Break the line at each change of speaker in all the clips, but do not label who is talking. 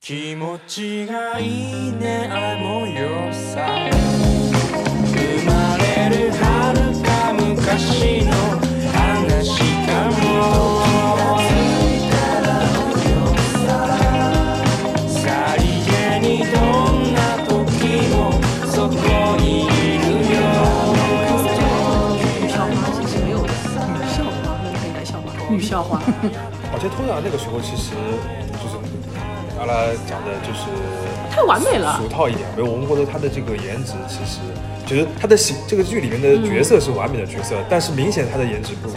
気持ちがいいねあの夜さ生まれる遥か昔の話かもさりげにどんな時もそこにいる
玉女校花其实没有女校花，那可以来校花。女校花，
我觉得通常那个时候哦其实就是阿拉讲的就是
太完美了
俗套一点，没有我们或者他的这个颜值其实就是他的形这个剧里面
嗯
的角色是完美的角色，但是明显他的颜值不如，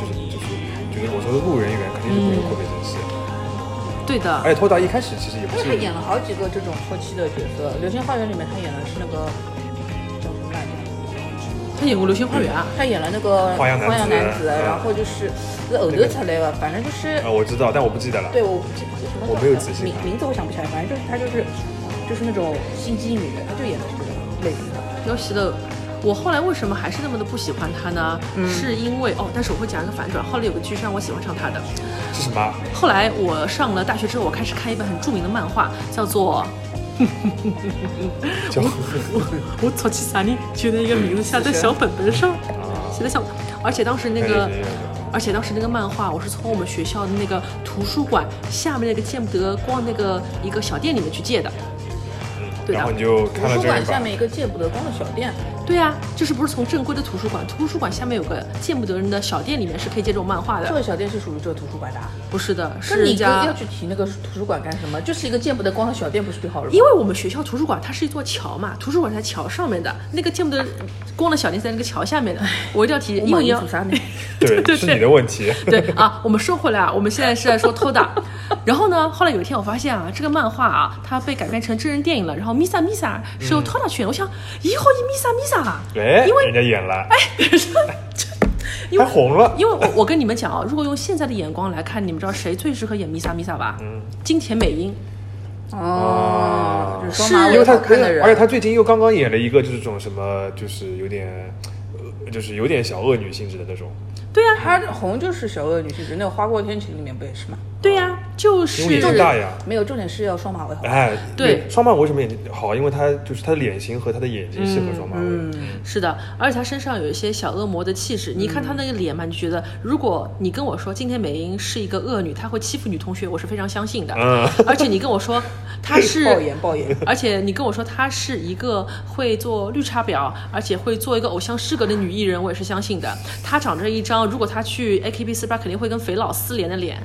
就是就是就是我说的路人缘肯定是不
嗯
如阔别真希。
对的。
而且托达一开始其实也不
因为
是
他演了好几个这种后期的角色，《流星花园》里面他演的是那个叫什么来着？
他演过《流星花园》啊，
他演了那个
花样男子
子，
嗯
然后就是是后头出来的，反正就是
啊，我知道，但我不记得了。
对我不记得什么叫
我没有仔细
名
看
名字我想不起来，反正就是他就是就是那种心机女，他就演的是这种类型的。
尤其的。我后来为什么还是那么的不喜欢他呢？是因为哦，但是我会讲一个反转。后来有个剧是让我喜欢上他的。
是什么？啊
后来我上了大学之后，我开始看一本很著名的漫画，叫做
叫啊
《我早起撒尼》，觉得一个名字下在小本本上，写的小，而且当时那个
看见谁。
而且当时那个漫画，我是从我们学校的那个图书馆下面那个见不得光那个一个小店里面去借的。
嗯，
对啊的
然后你就看了真人
图书馆下
版，
面一个见不得光的小店，
对啊，就是不是从正规的图书馆，图书馆下面有个见不得人的小店，里面是可以借这种漫画
这
的。
个小店是属于这个图书馆的啊。
不是的，是
那你
人
就要
家，
去提那个图书馆干什么？就是一个见不得光的小店，不是最好了吗？
因为我们学校图书馆它是一座桥嘛，图书馆在桥上面的，那个见不得光的小店在那个桥下面的。我一定要提，因为
我满
你
意
要
主啥 呢？
对，
对
是
对
你的问题。
对啊，我们说回来啊，我们现在是在说偷打。 然后呢，后来有一天我发现啊，这个漫画啊，它被改编成真人电影了。然后 Misa Misa 是
嗯
由偷打去演，我想以后一 Misa Misa 啦，
哎，
因为
人家演了，
因为
还红了。
因为我我跟你们讲啊，如果用现在的眼光来看，你们知道谁最适合演 Misa Misa 吧？金田美樱。
哦，就是双
是
马
因
尾
为他
好看的人，
而且他最近又刚刚演了一个就是这种什么，就是有点，呃就是有点小恶女性质的那种，
对呀、
她红就是小恶女性质，那个《花过天晴》里面不也是吗？
对呀、就
因为
是
眼睛大呀。
没有，重点是要双马尾好看。
哎，
对
双马尾为什么眼睛好？因为他就是他的脸型和他的眼睛适合
嗯
双马尾。
是的，而且他身上有一些小恶魔的气质。你一看他那个脸嘛，你就觉得，如果你跟我说今天美英是一个恶女，她会欺负女同学，我是非常相信的。
嗯，
而且你跟我说她是
爆眼爆眼，
而且你跟我说她是一个会做绿茶婊，而且会做一个偶像诗歌的女艺人，我也是相信的。她长着一张，如果她去 AKB 四八，肯定会跟肥佬撕连的脸，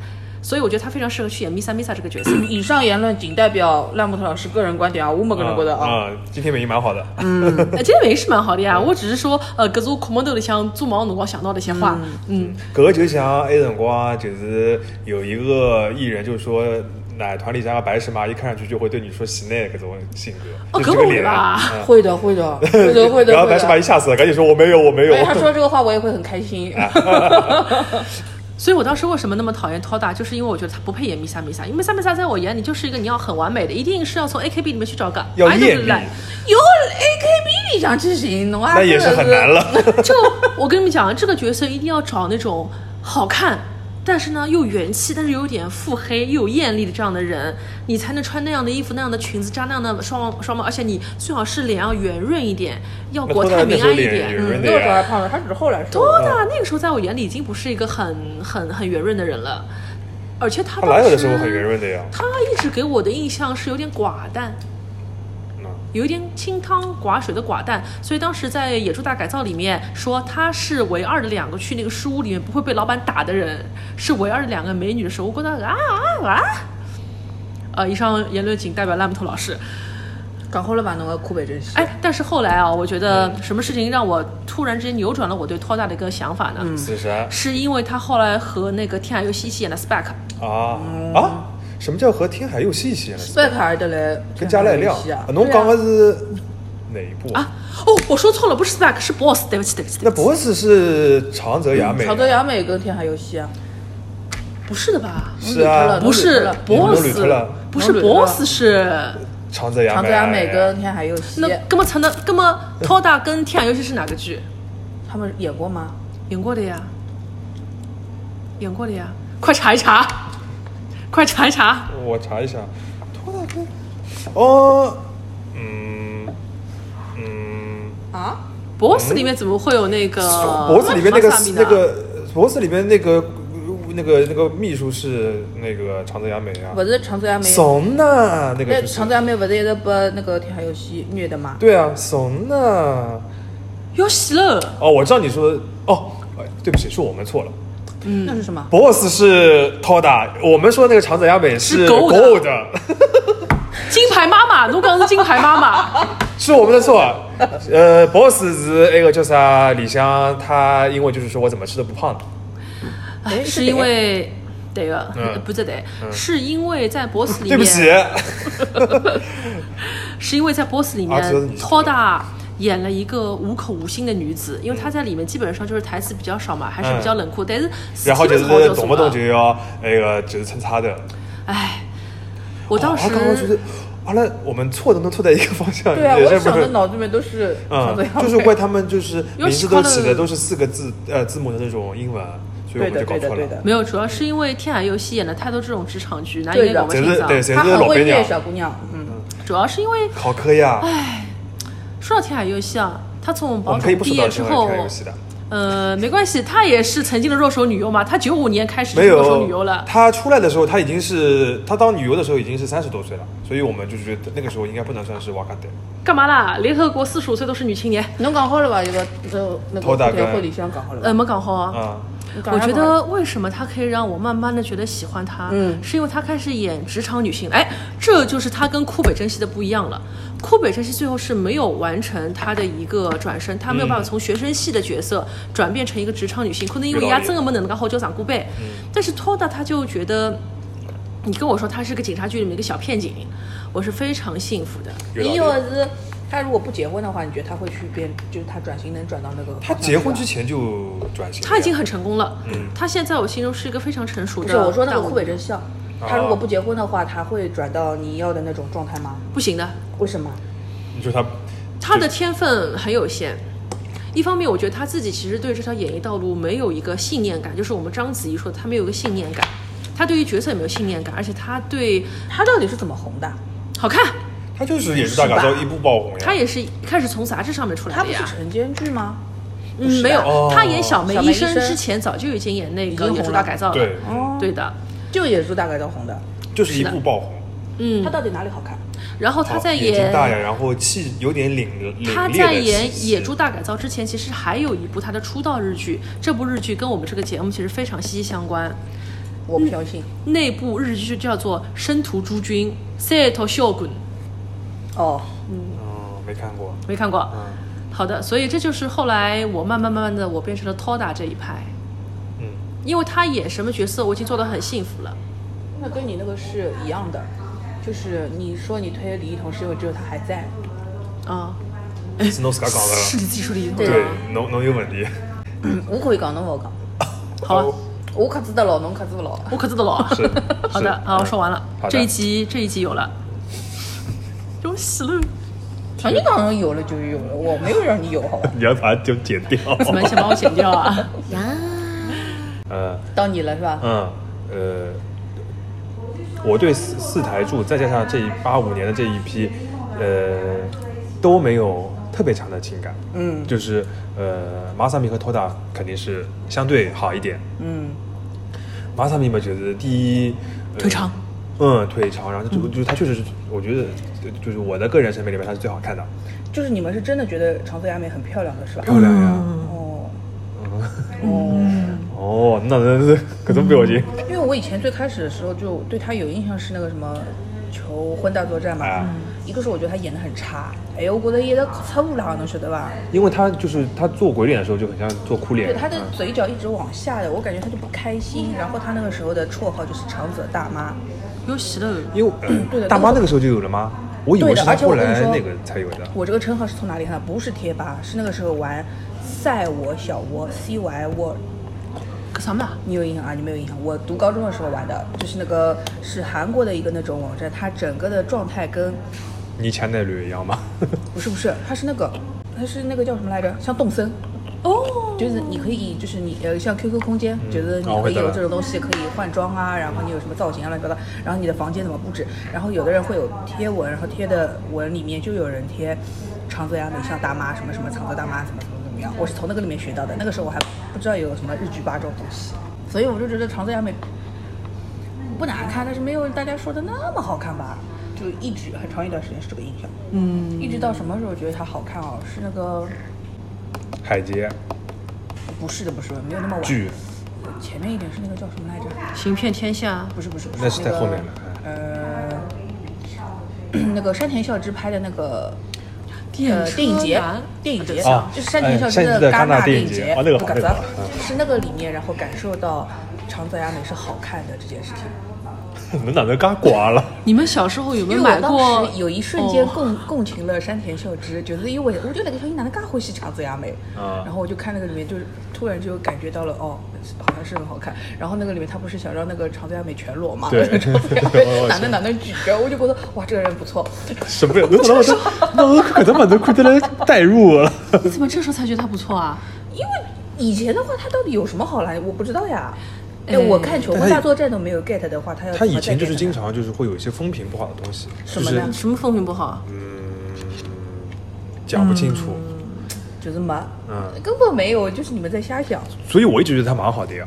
所以我觉得她非常适合去演 Misa Misa 这个角色。
以上言论仅代表烂木头老师个人观点啊，我没个人觉得啊。
嗯，今天美音蛮好的，
呃，这没是蛮好的呀，我只是说，呃，搿种苦闷头里向做毛辰光想到的一些话，嗯，
搿个就像埃辰光就是有一个艺人，就是说奶团里加个白石麻衣，看上去就会对你说喜内搿种性格，
哦，
就是
搿
这个
我有
脸。啊
啦。
会的，会的，会的，会的，
然后
会
白石麻
的。
衣吓死了，赶紧说我没有，我没有
所以。他说这个话，我也会很开心。
啊
所以我当时为什么那么讨厌 Toda，就是因为我觉得他不配演 Misa Misa，因为 Misa Misa 在我眼里就是一个你要很完美的，一定是要从 AKB 里面去找个
要
idol
艳丽
来。
有 AKB 里向去行，侬啊
那也是很难。了。
就我跟你们讲，这个角色一定要找那种好看，但是呢又元气，但是又有点腹黑又有艳丽的这样的人，你才能穿那样的衣服、那样的裙子、扎那样的双双帽，而且你最好是脸要圆润一点，要
那
国泰
Toda 那
民
时候
安一
脸
点
圆。
嗯
润
那
的
个时候还
呀，
胖了，他只是后来瘦
多
的。
大？那个时候在我眼里已经不是一个很很很圆润的人了，而且他
他
当
来了的时候很圆润的呀。
他一直给我的印象是有点寡淡，
嗯，
有一点清汤寡水的寡淡，所以当时在《野猪大改造》里面说她是唯二的两个去那个书屋里面不会被老板打的人，是唯二的两个美女的时候，我觉得啊啊啊！呃，以上言论仅代表烂木头老师。
讲好了吧，侬个酷北真惜。
哎，但是后来啊，我觉得什么事情让我突然之间扭转了我对托大的一个想法呢？
死神
是因为他后来和那个天海佑希一起演的 Spec，
啊啊！什么叫和天海佑希一起演的？
贝卡尔的嘞，
跟加濑亮
啊。
侬讲的是哪一部
啊？哦，我说错了，不是 Spec，是 Boss，对不起，对不起，对
那
不起，
博士是长泽雅美，
草泽雅美跟天海佑希啊，
不是的吧？
是啊，
不是
捋
开了
博
捋
斯
开了，
不是
捋开
博
了
斯是
长泽雅
长
美，
泽雅美跟天海佑希
那，根本才能，根本
呃
Toda 跟天海游戏是哪个剧
他们演过吗？
演过的呀？演过的呀，快查一查，快查一查。
我查一下，托大哦，嗯嗯，
啊？
脖子里面怎么会有那个
脖嗯子里面那个
呃
长萨米呢
那个脖子里面那个那个那个秘书是那个长泽雅美啊
不，是长泽雅美，
怂呢那个
那
就是
长泽雅美不是一直被那个田海佑希虐的吗？
对啊，怂呢。
有喜了，
哦，我知道你说的哦，哎对不起，是我们错了。
那是什么？
boss 是 Toda，我们说那个长泽雅美是
是 Gold
Gold，
金牌妈 妈，侬讲是金牌妈妈，
是我们的错。呃，boss 是那个叫啥李湘，她因为就是说我怎么吃都不胖的。
哎
是因为对个
嗯，
不是对，是因为在脖子里
对
面，
不起，
是因为在 Boss 里
啊知道你
面，
是
托大演了一个无口无心的女子，因为她在里面基本上就是台词比较少嘛，还是比较冷酷，但是
嗯然后就
私底下
是
好
动不动
什
就
么
要那个就是蹭擦的。
哎，我当时
哦刚刚就是，完了，我们错都能错在一个方向，
对啊，
也
我
是
想
不
的
是？
脑子里面都是长
嗯
泽雅，美，
就是怪他们就是名字都起的
Yoshikara-
都是四个字呃字母的那种英文，所以
对
我们
的
就搞
对的
错
对
了。
的，
没有，主要是因为天海佑希演了太多这种职场剧，男
对
演员
的
搞不
谁
清
是对
楚。
谁
她
是
很
老
会
白娘
虐？小姑娘，嗯，
主要是因为
考科呀，
说到天海佑希啊，她从
我
宝
们可以
冢
不
毕
说到
业之
这个
后
看，游戏的。
呃，没关系，她也是曾经的弱手女优嘛，她九五年开始就
没
是弱手女优
有
了，。
她出来的时候，她已经是她当女优的时候已经是三十多岁了，所以我们就觉得那个时候应该不能算是瓦卡德。
干嘛啦？联合国四十五岁都是女青年，
侬讲好了吧？一个呃那
头
个
大
田
哥
会里向讲好了吧
呃，没搞好啊。
啊、
你讲
我
啥
觉
好了
得为什么她可以让我慢慢的觉得喜欢她，
嗯
是因为她开始演职场女性了，哎，这就是她跟库北真希的不一样了。库北真希最后是没有完成她的一个转身，她没有办法从学生系的角色转变成一个职场女
嗯
性，可能因为
有道
压
理
根个没能够好叫长顾背。但是托达他就觉得，你跟我说她是个警察局里面一个小骗警，我是非常幸福的。
有
你
道
要
理。
是他如果不结婚的话，你觉得他会去变，就是他转型能转到那个？
她结婚之。前就转型了呀，
她已经很成功了，
嗯
她现在在我心中是一个非常成熟
不
的
是
大
我
腕。
说那个库北真孝，
哦
他如果不结婚的话，他会转到你要的那种状态吗？
不行的，
为什么？
你说她
他的天分很有限。一方面，我觉得他自己其实对这条演艺道路没有一个信念感，就是我们章子怡说的，他没有一个信念感，他对于角色也没有信念感，而且他对
他到底是怎么红的？
好看，
她就是也是大嘎
是
照
吧
一步爆红呀
他。也是开始从杂志上面出来
他
的
不是
呀。
晨间剧吗？
嗯，没
哦
有，他演小梅
小梅
医
医
生
生
之前早就已经演那
已
个
经
《野猪
红
大
了
改造》了。
对，
哦，
对的，
就也是大概都红的。
就是一
是的
步爆红。
嗯
他，到底哪里好看？
然后
好
他在
眼
演
睛哦大呀，然后气有点凛凛
他
冽
在
的
演
气
《
息嗯
野猪大改造》之前，其实还有一部他的出道日剧，这部日剧跟我们这个节目其实非常息息相关。
我不相信。
那部日剧就叫做《生徒诸君》（Seito Shogun），
哦，
嗯，没看 过。
没看过。
嗯
好的，所以这就是后来我慢慢慢慢的我变成了 Toda 这一派，
嗯，
因为他演什么角色我已经做得很幸福了。
那跟你那个是一样的，就是你说你推李一桐是因为只有他还在，
啊，
是 no s 讲
是
的。
你自己说的一头。
对，侬侬有问题。
我可以讲，侬勿讲，
好啊，
我可知道了，侬可知道了。
我可知道了。
哦是
好的，
是
啊，我
嗯
说完了
好，的
这一集这一集有了，有喜了。
啊，你讲侬有了就有了，我没有让你有，好吧？
你要把它就剪 掉。
你们先帮我剪掉啊。
嗯。
到你了是吧？
嗯，呃，我对四四台柱再加上这一八五年的这一批，呃，都没有特别强的情感。
嗯
就是呃，马萨米和托达肯定是相对好一点。
嗯，
马萨米嘛，觉得第一、呃
腿长，
嗯，腿长，然后就就是他确实是，我觉得呃就是我的个人审美里面他是最好看的，
就是你们是真的觉得长泽雅美很漂亮的是吧？
漂亮嗯呀。
哦，哦，
哦，那那那各种表情，
因为我以前最开始的时候就对她有印象是那个什么求婚大作战嘛，
哎
一个是我觉得她演的很差，哎呦，我觉得演的可差无了，侬晓得吧？
因为他就是他做鬼脸的时候就很像做哭脸，
对，她的
嗯
嘴角一直往下的，我感觉她就不开心。然后她那个时候的绰号就是长泽大妈，
有喜了，
因为、嗯
对的
大妈那个时候就有了吗？我以为
对的
是她
而且
后
我跟你
来
说
那个才有的。
我这个称号是从哪里看的？不是贴吧，是那个时候玩赛我小窝 CY 我。
可啥嘛？
你有印象啊？你没有印象？我读高中的时候玩的，就是那个是韩国的一个那种网站，它整个的状态跟
你前男友一样吗？
不是不是，它是那个它是那个叫什么来着？像动森，
哦，
就是你可以，就是你呃，像 QQ 空间，觉得你
哦
可
会
以
的
有这种东西可以换装啊，然后你有什么造型啊，乱七八糟，然后你的房间怎么布置，然后有的人会有贴文，然后贴的文里面就有人贴长泽雅美像大妈什么什么长泽大妈怎么怎么怎么样，我是从那个里面学到的，那个时候我还不知道有什么日剧吧这种东西，所以我就觉得长泽雅美不难看，但是没有大家说的那么好看吧。就一直很长一段时间是这个印象，嗯，一直到什么时候觉得它好看哦？是那个
海杰
不是的，不是的，没有那么 晚。
剧，
前面一点是那个叫什么来着？
行骗天下，
不是不是，不
那是在后面哎了。
那个呃， 那个山田孝之拍的那个。呃，电影节，电影节
啊
就是山田孝之
哎山田孝之的
戛
戛纳
电
电影节
节，
啊那个好
嘎
那个
子
好嗯
是那个里面，然后感受到长泽雅美是好看的这件事情。
我们哪能刚刮 了？
你们小时候有没
因
有
为
买
我
过
当？时有一瞬间
哦
共、 共情了山田孝之，觉得因为我我觉得那个小姨哪能噶欢喜长泽雅美，
啊
然后我就看那个里面，就是突然就感觉到了哦，好像是很好看。然后那个里面他不是想让那个长泽雅美全裸嘛，
对
长泽雅 美哪能哪能举着，我就觉得哇这个人不错，
什么呀？侬哪能这？哪能 搿能把侬看得来带入我了？
你怎么这时候才觉得他不错啊？
因为以前的话他到底有什么好来，我不知道呀。哎，
哎
我看《求婚
但他
大作战》都没有 get 的话，他要
他以前就是经
常
常就是会有一些风评不好的东西，
什
就
么
是
呢
什么风评不好？
讲不清楚。
就是嘛，
嗯
根本没有，就是你们在瞎想。
所以我一直觉得他蛮好的呀。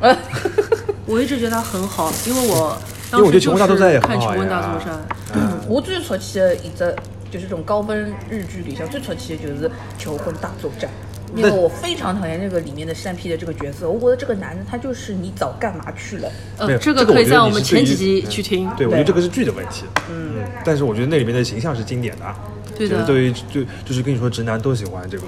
我一直觉得他很好，因为我当
因为我
时
觉得求
就
婚大作战也
是
很
看《
好
求婚
呀
大作战》，
我最出气的一只就是这种高分日剧里向最出气的就是《求婚大作战》，因为我非常讨厌这个里面的山 P 的这个角色，我觉得这个男的他就是你早干嘛去了？
没
呃，
有
这
个
个可以在我
觉得
们
你是对
前
于
几集
嗯
去听。
对，我觉得
对
这个是剧的问题。嗯，但是我觉得那里面的形象是经典的啊。
对
就是
的
对于就就是跟你说，直男都喜欢这个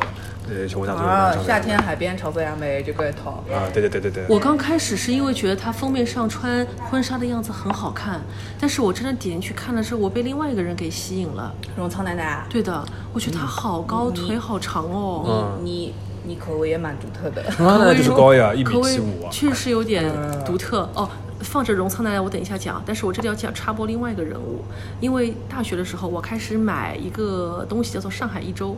呃求婚大作战
啊
上，面
夏天海边潮泽雅美这个一套，
啊，对对对对对。
我刚开始是因为觉得他封面上穿婚纱的样子很好看，但是我真的点进去看了之后，我被另外一个人给吸引了。
荣仓奶奶啊，
对的，我觉得他好高，腿好长哦。
嗯
你你口味也蛮独特的。
啊，那就是高呀，一
可
米
谓
七五啊。
确实有点独特哦。放着荣仓奈奈，我等一下讲。但是我这里要讲插播另外一个人物，因为大学的时候我开始买一个东西叫做《上海一周》，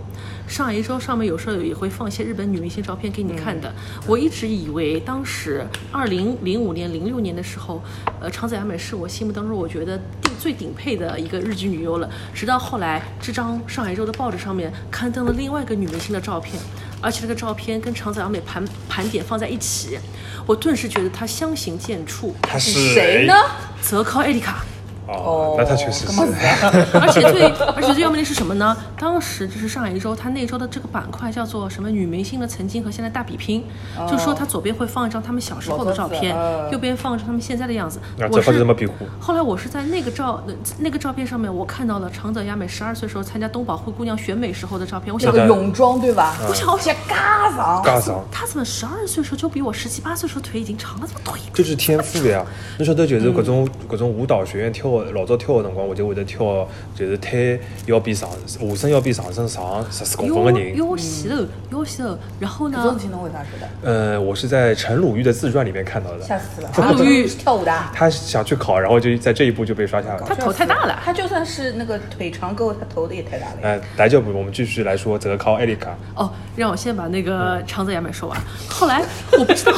《上海一周》上面有时候也会放一些日本女明星照片给你看的。
嗯
我一直以为当时二零零五年、零六年的时候，呃，长泽雅美是我心目当中我觉得顶最顶配的一个日剧女优了。直到后来这张《上海一周》的报纸上面刊登了另外一个女明星的照片，而且那个照片跟长泽雅美盘盘点放在一起，我顿时觉得她相形见绌。
他 是
谁呢？
泽靠艾丽卡，
哦，那他确实 是
干。嘛死啊
而且最而且最要命的是什么呢？当时就是上海一周，它那周的这个板块叫做什么“女明星的曾经和现在大比拼”，就说它左边会放一张她们小时候的照片
老头子，嗯
右边放一张她们现在的样子
那。
我
泽靠就是这么比糊
后来我是在那个照那那个照片上面，我看到了长泽雅美十二岁时候参加东宝灰姑娘选美时候的照片，我
那
想
个泳装对吧？
我想我想
嘎啊嗓，
嗯嘎嗓，
他怎么十二岁时候就比我十七八岁时候腿已经长了？怎么腿？
就是天赋呀。那时候都觉得各种
嗯
各种舞蹈学院跳的，老早跳的辰光，我就会得跳，就是腿要比上下身要比上身长十四公分的人。
哟西头，哟西头。然后
这种
呢
事？情侬为啥觉得？
呃，我是在陈鲁豫的自传里面看到
吓
的。
死了！
马鲁豫
是跳舞的啊。
他想去考，然后就在这一步就被刷下
他
了。
头太大了
他就算是那个腿长够，他头的也太大了呀。
呃，来就不，我们继续来说泽靠艾丽卡。
哦，让我先把那
嗯
个长泽雅美说完。后来我不知 道，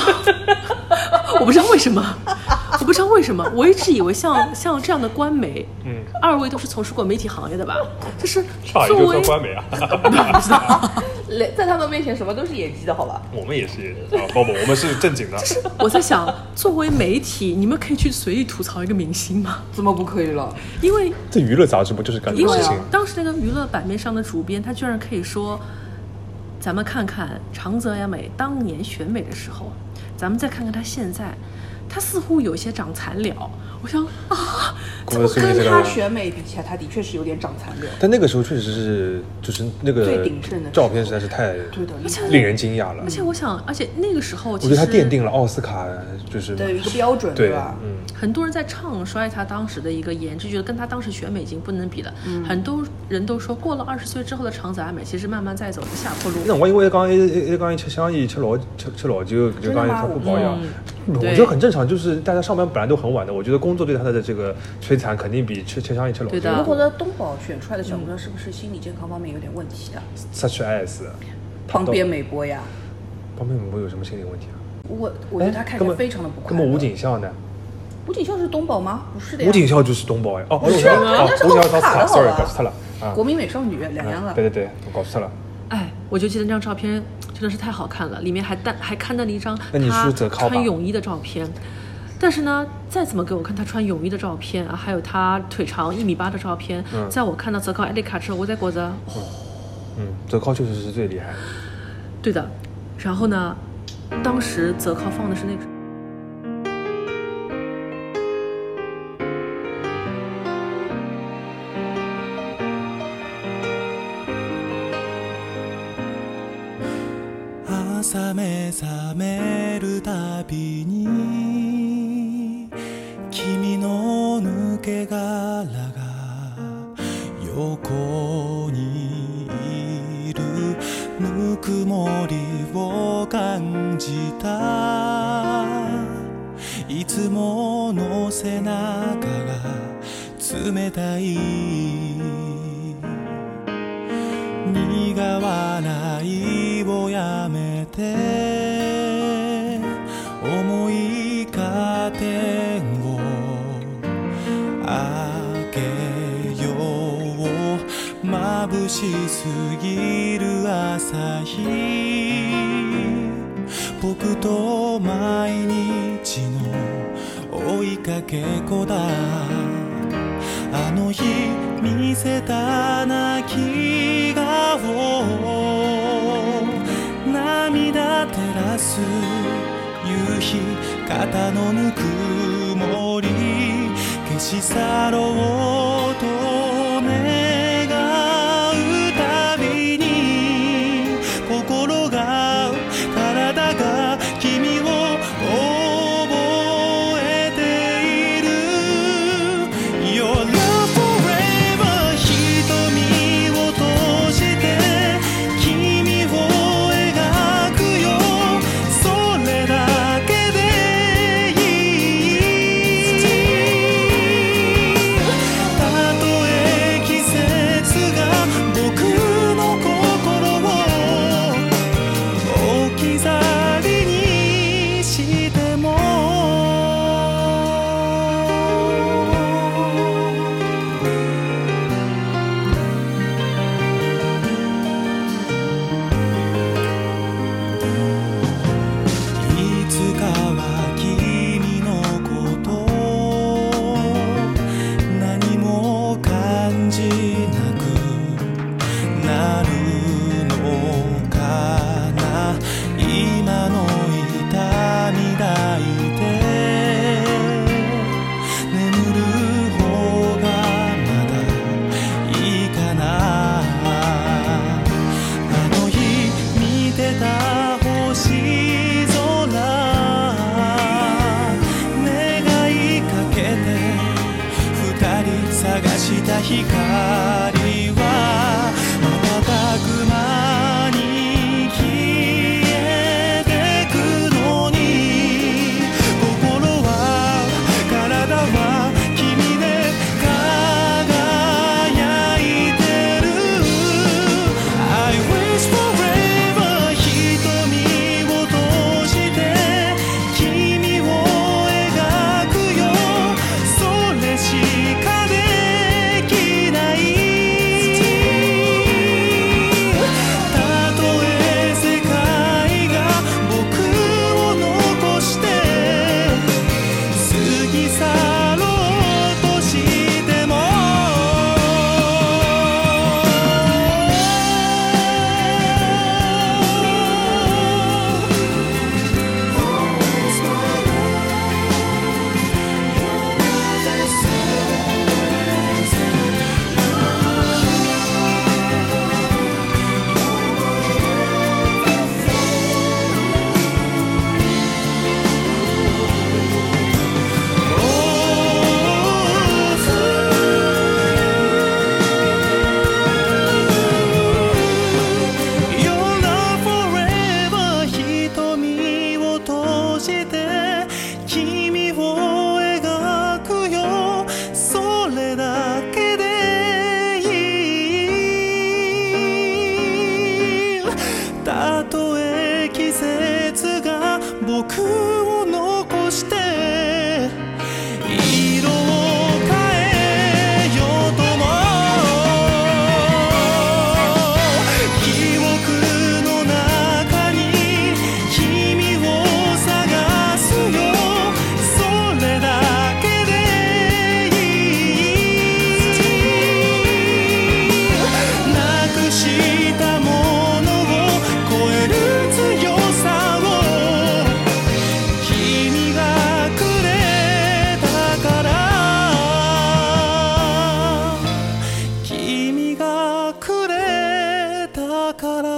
我不知道为什么，我不知道为什么，我一直以为像像这样的官媒，嗯，二位都是从事过媒体行业的吧？就是
差一
作
个
为
算官媒啊，
来，在他们面前什么都是演技的，好吧？
我们也是啊，不不，我们是正经的。
我在想，作为媒体，你们可以去随意吐槽一个明星吗？
怎么不可以了？
因为
这娱乐杂志不就是干这
因
种
为
事情？
啊
当时那个娱乐版面上的主编，他居然可以说，咱们看看长泽雅美当年选美的时候，咱们再看看她现在，她似乎有些长残了。我想啊，
公司说明这
跟
个
他
人。
选美比起来，他的确是有点长残留。
但那个时候确实是，就是那
最
个
鼎盛的时候
照片实在是太
对的，
令人惊讶了
而。且我想，而且那个时候
我
其
觉得
实
他奠定了奥斯卡，就是
对一个标准，
对
吧？
嗯，
很多人在唱衰她当时的一个颜值，觉得跟她当时选美已经不能比了。很多人都说，过了二十岁之后的长泽雅美，其实慢慢在走下坡
那
路。
我因为刚刚一一一刚一吃香烟，吃老吃吃老酒，就刚一他不保养，我
对
觉得很正常。就是大家上班本来都很晚的，我觉得工作对他的这个摧残肯定比吃吃香烟吃老酒
对的
我觉得东宝选出来的小姑娘是不是心理健康方面有点问题的？
失去 S，
旁边美波呀，
方便我有什么心理问题啊？
我我觉得
哎
他看起来非常的不快
那么
乐。
吴景孝呢？
吴景孝是东宝吗？不是的呀。
吴景孝就是东宝哎，哦，吴
是
景孝，
啊
哦，
那是
吴景孝
奥斯
奥斯
卡的
卡
好吧
，sorry，搞错了啊
国，民美少女两样
啊
了
对。对对，我搞错了。
哎，我就记得那张照片真的是太好看了，里面还带还看到了一张
那你是不
他
是折扣吧
穿泳衣的照片。但是呢，再怎么给我看他穿泳衣的照片啊，还有他腿长一米八的照片，
嗯
在我看到泽考艾丽卡之后，我才觉着，哦
嗯，泽靠确实是最厉害的。
对的。然后呢，当时泽考放的是那个。
朝目覚めるたびに君の抜け殻が横にいるぬくもりを感じたいつもの背中が冷たい苦笑いをやめて重いカーテンを開けよう眩しすぎる朝日僕と毎日の追いかけっこだあの日見せた泣き顔涙照らす夕日肩のぬくもり消し去ろうと願うたびに心が体が君を覚えている Your love forever 瞳を閉じて君を描くよそれだけでいいたとえ季節が僕の心を置き去りにしてもいつかは君のこと何も感じなくなるのかな今の痛み抱いて眠る方がまだいいかなあの日見てた星空願いかけて二人探した光は瞬く間に消えてくのに心は体は君で輝いてる I wish forever 瞳を閉じて君を描くよそれしかできない Oh, から